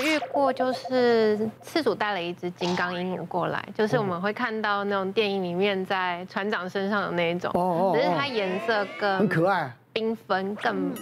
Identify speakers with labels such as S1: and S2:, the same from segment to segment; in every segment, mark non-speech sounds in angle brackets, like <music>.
S1: 遇过，就是次主带了一只金刚鹦鹉过来，
S2: 哦
S1: 就是我们会看到那种电影里面在船长身上的那一种
S2: 哦哦哦，
S1: 只是它颜色更
S2: 很可嗯爱，
S1: 缤纷更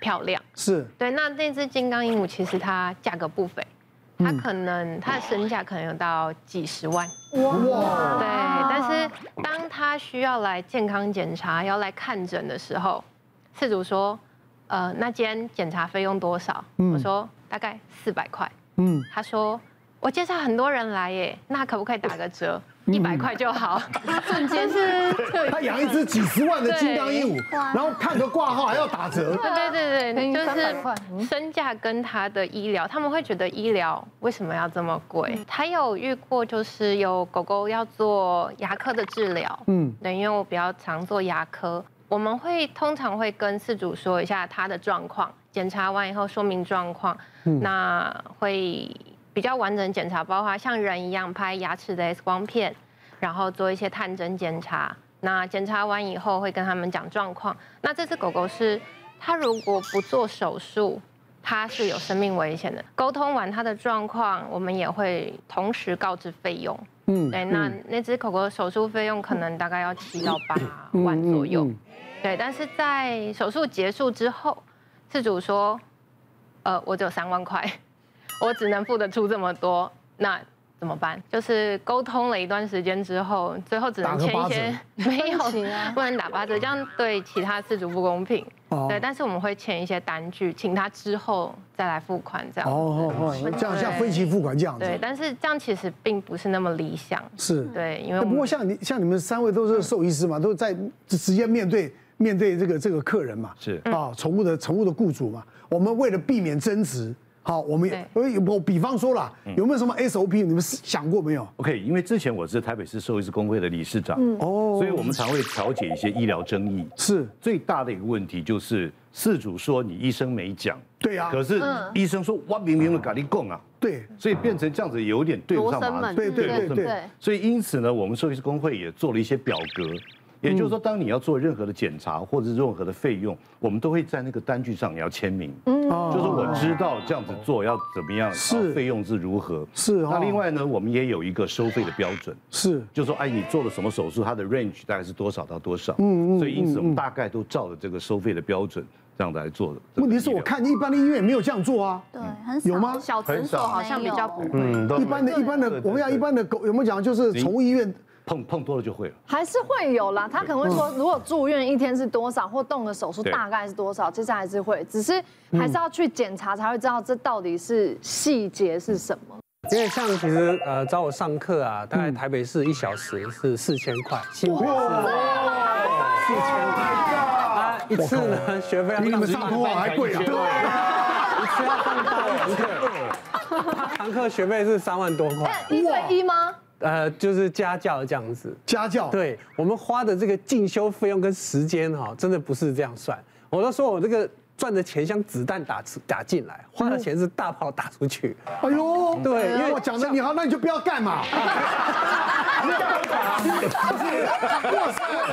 S1: 漂亮。
S2: 是
S1: 对，那那只金刚鹦鹉其实它价格不菲，它
S2: 嗯
S1: 可能它的身价可能有到几十万。
S2: 哇，
S1: 对，但是当它需要来健康检查、要来看诊的时候，饲主说：“呃，那今天检查费用多少？”我说：“大概四百块。”
S2: 嗯，
S1: 他说：“我介绍很多人来耶，那可不可以打个折？一百块就好。” <laughs> 瞬间是，对
S2: 他养一只几十万的金刚鹦鹉，
S3: 对哇
S2: 然后看个挂号还要打折，
S1: 对对
S4: 等
S1: 对，
S4: 于
S1: 就
S4: 300块嗯
S1: 是身价跟他的医疗，他们会觉得医疗为什么要这么贵？还有遇过就是有狗狗要做牙科的治疗，
S2: 嗯
S1: 嗯，对，因为我比较常做牙科，我们会通常会跟饲主说一下他的状况，检查完以后说明状况，
S2: 嗯
S1: 那会比较完整检查，包括像人一样拍牙齿的 X 光片，然后做一些探针检查。那检查完以后会跟他们讲状况。那这只狗狗是，它如果不做手术，它是有生命危险的。沟通完它的状况，我们也会同时告知费用。
S2: 嗯
S1: 对，那那只狗狗的手术费用可能大概要七到八
S2: 嗯
S1: 万左右。对，但是在手术结束之后，事主说，呃，我只有三万块，我只能付得出这么多，那怎么办？就是沟通了一段时间之后，最后只能签一
S2: <laughs>
S1: 些没有
S4: 分期啊，
S1: 不能打八折，这样对其他事主不公平。
S2: 哦
S1: 对，但是我们会签一些单据，请他之后再来付款这样。
S2: 哦哦哦，这样像分期付款这样子，
S1: 对，但是这样其实并不是那么理想。
S2: 是。
S1: 对，因为我
S2: 不过呃
S1: 们
S2: 像你像你们三位都是兽医师嘛，都在直接面对面对这个这个客人嘛，
S5: 是
S2: 啊，宠物的宠物的雇主嘛，我们为了避免争执，好，我们哎
S1: 对
S2: 有我比方说啦，有没有什么 SOP？你们是想过没有？
S5: OK，因为之前我是台北市兽医师工会的理事长，
S4: 嗯
S2: 哦
S5: 所以我们常会调解一些医疗争议。
S2: 是
S5: 最大的一个问题就是，事主说你医生没讲，
S2: 对啊
S5: 可是
S4: 嗯
S5: 医生说我明明的跟你讲啊，
S2: 对，
S5: 所以变成这样子有点对不上
S4: 罗生
S5: 马
S4: 门
S5: 子，
S2: 对对
S5: 罗
S2: 对
S5: 生门
S2: 对，
S5: 所以因此呢，我们兽医师工会也做了一些表格，
S2: 嗯
S5: 也就是说，当你要做任何的检查或者是任何的费用，我们都会在那个单据上你要
S4: 嗯
S5: 签名。就是
S2: 哦，
S5: 我知道这样子做要怎么样，
S2: 是
S5: 然后费用是如何。
S2: 是哦
S5: 那另外呢，我们也有一个收费的标准，
S2: 是
S5: 就说哎，你做了什么手术，它的 range 大概是多少到多少。嗯嗯。所以因此我们大概都照着这个收费的标准这样子来做的。
S2: 问题是我看一般的医院没有这样做啊，
S3: 对，
S6: 嗯
S3: 很少
S2: 有吗？
S4: 小哦诊所好像比较不会，
S5: 嗯，
S2: 一般的一般的，我们讲一般的狗有没有讲就是宠物医院
S5: 碰碰多了就会了。
S4: 还是会有啦。他可能会说，如果住院一天是多少，或动个手术
S5: 对
S4: 大概是多少，这些还是会，只是嗯还是要去检查才会知道这到底是细节是什么。
S7: 因为像其实呃找我上课啊，大概台北市一小时是四千块，新北市四千块啊，一次呢学费要
S2: 比你们
S7: 上
S2: 上通啊还贵啊，
S7: 一次要上八堂课，八堂课学费是三万多块，
S4: 一对一吗？
S7: 呃就是家教这样子。
S2: 家教，
S7: 对我们花的这个进修费用跟时间哈、真的不是这样算。我都说我这个赚的钱像子弹打出打进来，花的钱是大炮打出去。
S2: 哎呦，
S7: 对因为
S2: 我讲的你好，那你就不要干
S7: <laughs>
S2: 嘛。 <laughs>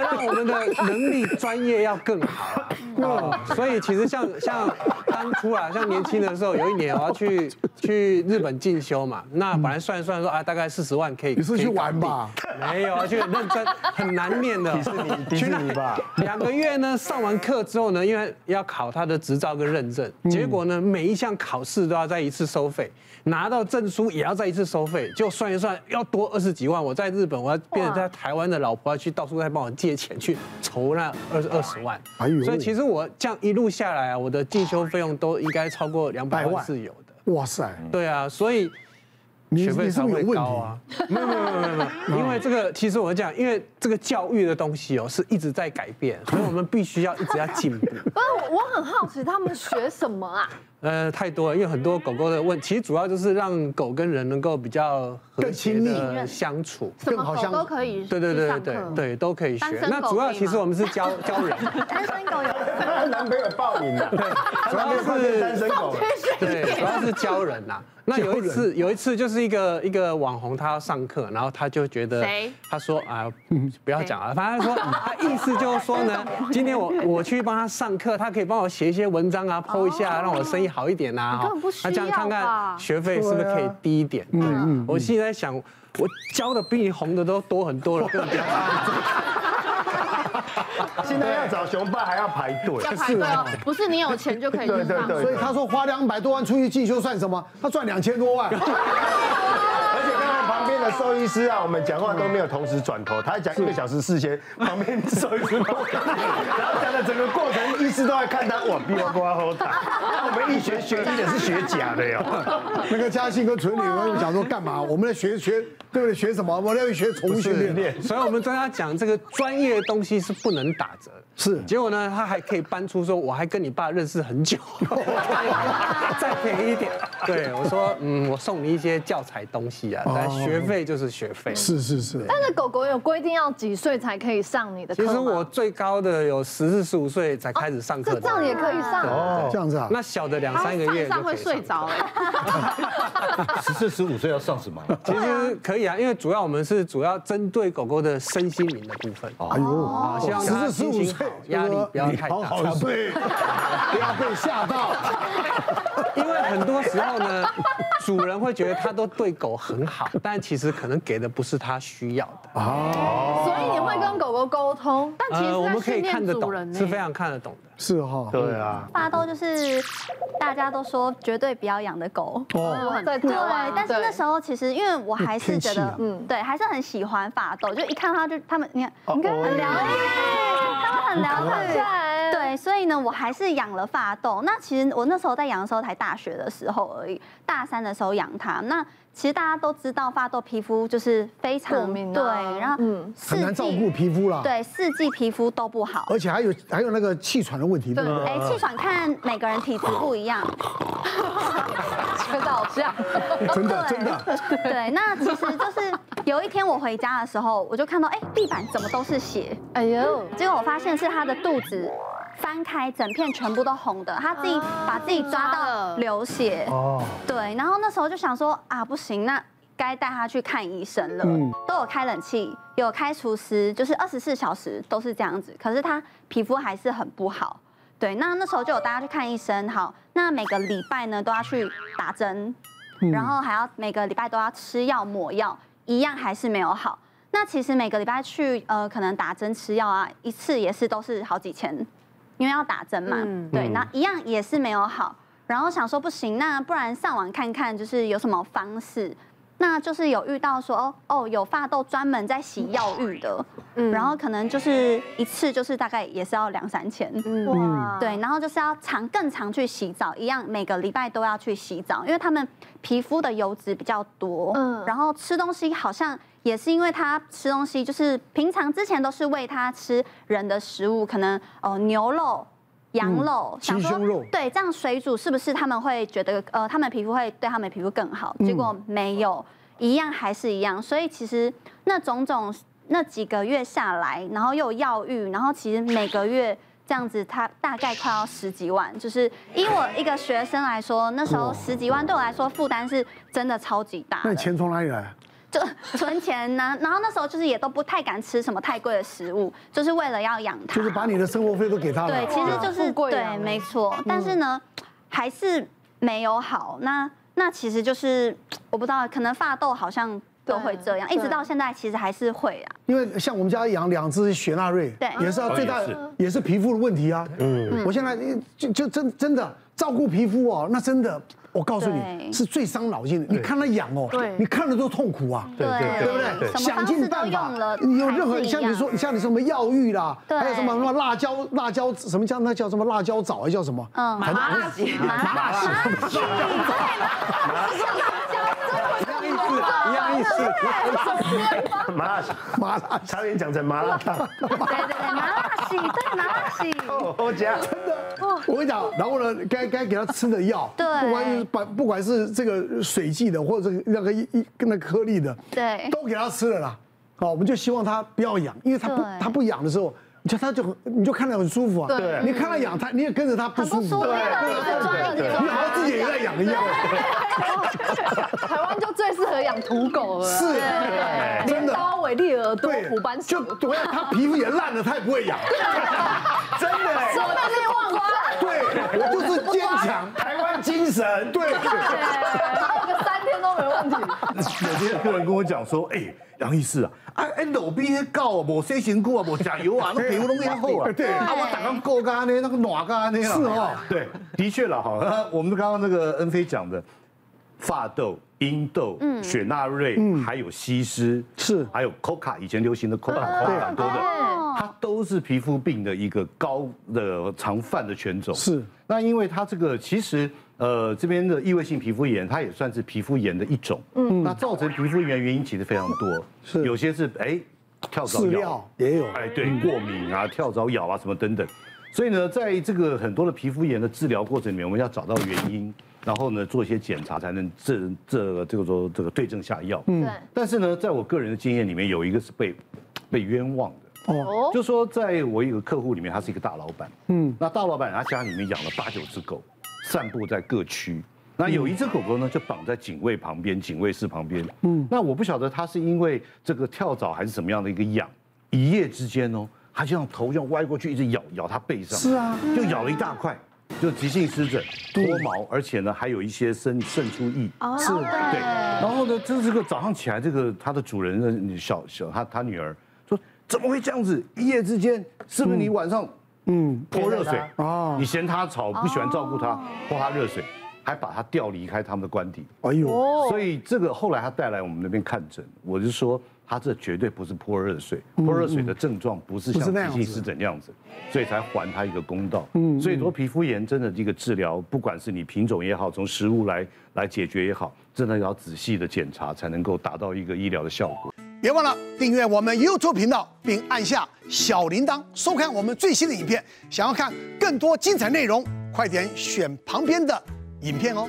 S7: 让我们的能力、专业要更好啊。哦，所以其实像像当初啊，像年轻的时候，有一年我要去去日本进修嘛，那本来算一算说啊，大概四十万可以。
S2: 你是去玩吧
S7: 可以搞定？没有啊，去认真，很难念的。迪士尼，迪士尼吧。两个月呢，上完课之后呢，因为要考他的执照跟认证，结果呢，每一项考试都要再一次收费，拿到证书也要再一次收费，就算一算要多二十几万。我在日本，我要变成在台湾的老婆要去到处在帮我借钱去筹那二二十万。
S2: 哎呦
S7: 所以其实我这样一路下来啊，我的进修费用都应该超过两百
S2: 百万
S7: 万是有的。
S2: 哇塞，
S7: 对啊，所以
S2: 你
S7: 学费
S2: 你是
S7: 才
S2: 不是
S7: 会
S2: 有问
S7: 高
S2: 题？
S7: 啊。 <laughs> 没有没有没有没有没有， <laughs> 因为这个其实我讲，因为这个教育的东西哦是一直在改变，所以我们必须要一直要进步。
S4: 不是，我很好奇他们学什么啊？
S7: <laughs> 呃，太多了，因为很多狗狗的问，其实主要就是让狗跟人能够比较和
S2: 更亲
S7: 谐
S2: 密
S7: 的相处。
S3: 什
S2: 更
S3: 么
S2: 好
S3: 狗
S2: 相
S3: 都可以
S7: 对对对
S3: 去
S7: 对
S3: 上
S7: 对
S3: 课
S7: <laughs> 对，都可以学
S3: 单身。狗
S7: 那主要其实
S3: 可以吗
S7: 我们是教教人，
S3: 单身狗有
S8: 男朋友报名了，
S7: 主要
S8: 快变单
S7: 是
S8: 身狗了。
S7: <laughs> 对，主要是教人呐。那有一
S2: 救
S7: 次，有一次就是一个一个网红，他要上课，然后他就觉得
S1: 谁，
S7: 他说
S4: <laughs>
S7: 啊，不要讲了，反正他说他意思就是说呢，今天我我去帮他上课，他可以帮我写一些文章啊，PO 一下，让我生意好一点
S4: 哦
S7: 啊，
S4: 你根本不需
S7: 那这样看
S4: 要吧
S7: 看学费是不是可以低一点？嗯嗯，我现在想，我教的比你红的都多很 <laughs> 多了，更不要
S5: 现在要找熊爸还要排队，
S1: 要排队
S6: 啊
S1: 哦，不是你有钱就可以去上。
S5: 对
S2: 所以他说花两百多万出去进修算什么？他赚两千多万，
S3: 而且刚才旁边的兽医师啊，我们讲话都没有同时转头，他讲一个小时事前，旁边兽医师都看，然后讲的整个过程，医师都在看他，哇，比我瓜好大。那我们医学学医的是学假的哟。
S2: 那个嘉兴跟纯
S7: <laughs>
S2: 理跟我讲说干嘛？我们在学学对不对？学什么？我们在学宠物训练。
S7: <laughs> 所以我们跟他讲，这个专业的东西是不能打折的。
S2: 是
S7: 结果呢，他还可以搬出说，我还跟你爸认识
S2: <laughs>
S7: 很久，再便宜一点。对，我说，嗯，我送你一些教材东西啊，但学费就是学费。
S2: 哦是是是，
S4: 但是狗狗有规定要几岁才可以上你的课
S7: 其
S4: 吗？
S7: 实我最高的有十四、十五岁才开始上课
S8: 哦
S4: 这这
S7: 的，
S4: 样也可以上啊，
S2: 这样子啊？
S7: 那小的两
S8: 他
S7: 三个
S8: 上
S7: 月
S8: 一
S7: 就
S8: 上
S7: 可
S8: 会
S7: 以
S8: 睡
S7: 上
S8: 着哎。
S6: 欸
S5: 十四十五岁要上什么？
S7: 其实可以啊，因为主要我们是主要针对狗狗的身心灵的部分。
S2: 哎呦，
S7: 啊，希望它
S2: 十四十
S7: 心
S2: 五
S7: 情好
S2: 岁，
S7: 压力不要太
S2: 你好
S7: 大。
S2: 好睡， <laughs> 不要被吓到。
S7: 因为很多时候呢， <laughs> 主人会觉得他都对狗很好，但其实可能给的不是他需要的。
S4: 所以你会跟狗狗沟通。
S8: 但其实
S7: 呃我们可以
S8: 在
S7: 看
S8: 训
S7: 得
S8: 练主
S7: 懂
S8: 人，呢
S7: 是非常看得懂的。
S2: 是哈，
S3: 对啊，
S6: 巴豆就是大家都说绝对不要养的狗。
S4: 哦，在
S6: 对
S4: 台湾，，
S6: 但是那时候其实因为我还是觉
S2: 天气
S6: 得
S2: 啊，
S6: 嗯，对，还是很喜欢法斗，就一看到就他们，你看，
S3: 你看很
S6: 疗愈，他们很疗愈，对，所以呢，我还是养了发豆。那其实我那时候在养的时候才大学的时候而已，大三的时候养它。那其实大家都知道，发豆皮肤就是非常
S4: 过敏啊
S6: 对，然后
S4: 嗯
S6: 四
S2: 很难照顾
S6: 季
S2: 皮肤啦。，
S6: 对四季皮肤都不好。
S2: 而且还有还有那个气喘的问题，对不对？
S6: 哎，气喘看每个人体质不一样，
S4: 真的好像。
S2: 真的真的，
S6: <laughs> 对，那其实就是有一天我回家的时候，我就看到哎、地板怎么都是血，
S4: 哎呦，
S6: 结果我发现是他的肚子翻开，整片全部都红的，他自己把自己抓到流血。哦，对，然后那时候就想说啊，不行，那该带他去看医生了。都有开冷气，有开除湿，就是二十四小时都是这样子，可是他皮肤还是很不好。对，那那时候就有带他去看医生。好，那每个礼拜呢都要去打针，然后还要每个礼拜都要吃药抹药，一样还是没有好。那其实每个礼拜去呃，可能打针吃药啊，一次也是都是好几千，因为要打针嘛，对，那一样也是没有好。然后想说不行，那不然上网看看，就是有什么方式。那就是有遇到说哦哦，有发豆专门在洗药浴的，
S1: 嗯
S6: 然后可能就是一次就是大概也是要两三千，
S4: 嗯哇，
S6: 对，然后就是要常更常去洗澡，一样每个礼拜都要去洗澡，因为他们皮肤的油脂比较多，
S4: 嗯
S6: 嗯，然后吃东西好像也是因为他吃东西，就是平常之前都是喂他吃人的食物，可能哦牛肉。羊肉，想
S2: 嗯鸡
S6: 说
S2: 胸肉
S6: 对，这样水煮是不是他们会觉得呃，他们皮肤会对他们皮肤更好？结
S2: 嗯
S6: 果没有，一样还是一样。所以其实那种种那几个月下来，然后又有药浴，然后其实每个月这样子，他大概快要十几万。就是以我一个学生来说，那时候十几万对我来说负担是真的超级大
S2: 那
S6: 的
S2: 你钱从哪里来？
S6: 就存钱呢、然后那时候就是也都不太敢吃什么太贵的食物，就是为了要养它。
S2: 就是把你的生活费都给他
S6: 对，
S2: 了。
S6: 其实就
S4: 富
S6: 是
S4: 贵啊
S6: 对，没错。但是呢，
S2: 嗯
S6: 还是没有好。那那其实就是我不知道，可能发痘好像都会这样，
S4: 对
S6: 一直到现在其实还是会啊。
S2: 因为像我们家养两只雪纳瑞，
S6: 对
S2: 也是啊，
S5: 哦
S2: 最大
S5: 也是
S2: 也是皮肤的问题啊。嗯，我现在就就真真的照顾皮肤哦，那真的，我告诉你
S6: 对
S2: 是最伤脑筋的。你看它痒哦
S8: 对，
S2: 你看着都痛苦啊。
S5: 对对
S6: 对
S2: 对不对？
S6: 什么
S2: 想
S6: 方式
S2: 尽
S6: 都
S2: 办法
S6: 用了，
S2: 你有任何
S6: 还是一
S2: 像你说
S6: 样
S2: 像你什么药浴啦，
S6: 对
S2: 还有什么什么辣椒辣椒什么叫那叫什么辣椒澡还叫什么？
S6: 嗯，
S8: 麻辣鸡，
S6: 麻辣
S7: 一样意思，一样意思。
S3: 麻辣，
S2: 麻辣
S3: 差点讲成麻辣烫。
S6: 对对对，麻辣洗，对麻辣洗，
S2: <laughs>
S3: 哦我 <laughs> 讲，
S2: 我跟你讲，然后呢，该该给它吃的药，
S6: <laughs> 对
S2: 不管是把不管是这个水剂的，或者是那个一一那个颗粒的，
S6: 对
S2: 哦都给它吃了啦。好，我们就希望它不要痒，因为它不
S6: 对
S2: 它不痒的时候，就他就很你就看得很舒服啊。
S6: 对
S2: 你看他养他，你也跟着他不
S6: 很
S2: 舒
S6: 不舒
S2: 服。
S6: 服，因为他一直抓着你
S3: 对
S6: 抓着
S3: 对
S2: 你好像自己也在养一样。
S4: 台湾就最适合养土狗了，
S2: 是
S4: 对
S2: 真的
S4: 镰刀、尾利耳朵、虎斑
S2: 就
S4: 鼠，
S2: 我要他皮肤也烂了，他也不会
S3: <laughs>
S2: 养。
S3: 真的哎，
S4: 我的力忘光，
S2: 对，我就是坚强。
S3: 台湾精神，
S2: 对，
S4: <laughs> 还有个三天都没问题。
S5: <laughs> 有些客人跟我讲说，哎、杨医师啊，啊，哎，老边那狗啊，无洗身躯啊，无食油啊，那皮肤拢遐好啊，
S2: 对
S5: 啊，我打刚够干呢，那个暖干呢，是
S2: 哦，
S5: 对，的确了哈，
S2: 嗯
S5: 呃我们刚刚那个恩菲讲的，发豆、英豆、雪纳瑞，还有西施，
S2: 嗯是嗯
S5: 还有 Coca，以前流行的 Coca，
S2: 对
S5: 很多的，它都是皮肤病的一个高的常犯的犬种。
S2: 是，
S5: 那因为它这个其实呃这边的异位性皮肤炎，它也算是皮肤炎的一种。嗯，那造成皮肤炎原因其实非常多，
S2: 是
S5: 有些是哎跳蚤
S2: 饲
S5: 咬
S2: 料，也有嗯
S5: 哎对，过敏啊、跳蚤咬啊什么等等。所以呢，在这个很多的皮肤炎的治疗过程里面，我们要找到原因，然后呢做一些检查，才能这这这个说这个对症下药。嗯，但是呢，在我个人的经验里面，有一个是被被冤枉的。
S4: 哦，
S5: 就说在我一个客户里面，他是一个大老板，嗯，那大老板他家里面养了八九只狗，散布在各区。那有一只狗狗呢，就绑在警卫旁边，警卫室旁边。嗯，那我不晓得它是因为这个跳蚤还是怎么样的一个痒，一夜之间哦，它就像头这样歪过去，一直咬咬它背上。
S2: 是啊，
S5: 就咬了一大块，就急性湿疹，脱毛，而且呢还有一些渗渗出液。
S2: 是，
S5: 对，然后呢，这这个早上起来，这个它的主人的女小小他他女儿说，怎么会这样子？一夜之间，是不是你晚上
S2: 嗯，
S5: 泼热水
S2: 哦
S5: 啊？你嫌它吵，不喜欢照顾它，泼它热水，还把它调离开他们的官邸。
S2: 哎呦，
S5: 所以这个后来他带来我们那边看诊，我就说他这绝对不是泼热水，泼热水的症状不是
S2: 不是
S5: 像
S2: 那样
S5: 急
S2: 子
S5: 性湿疹那样子，所以才还他一个公道。嗯，所以说皮肤炎真的这个治疗，不管是你品种也好，从食物来来解决也好，真的要仔细的检查才能够达到一个医疗的效果。
S2: 别忘了订阅我们 YouTube 频道，并按下小铃铛收看我们最新的影片。想要看更多精彩内容，快点选旁边的影片哦。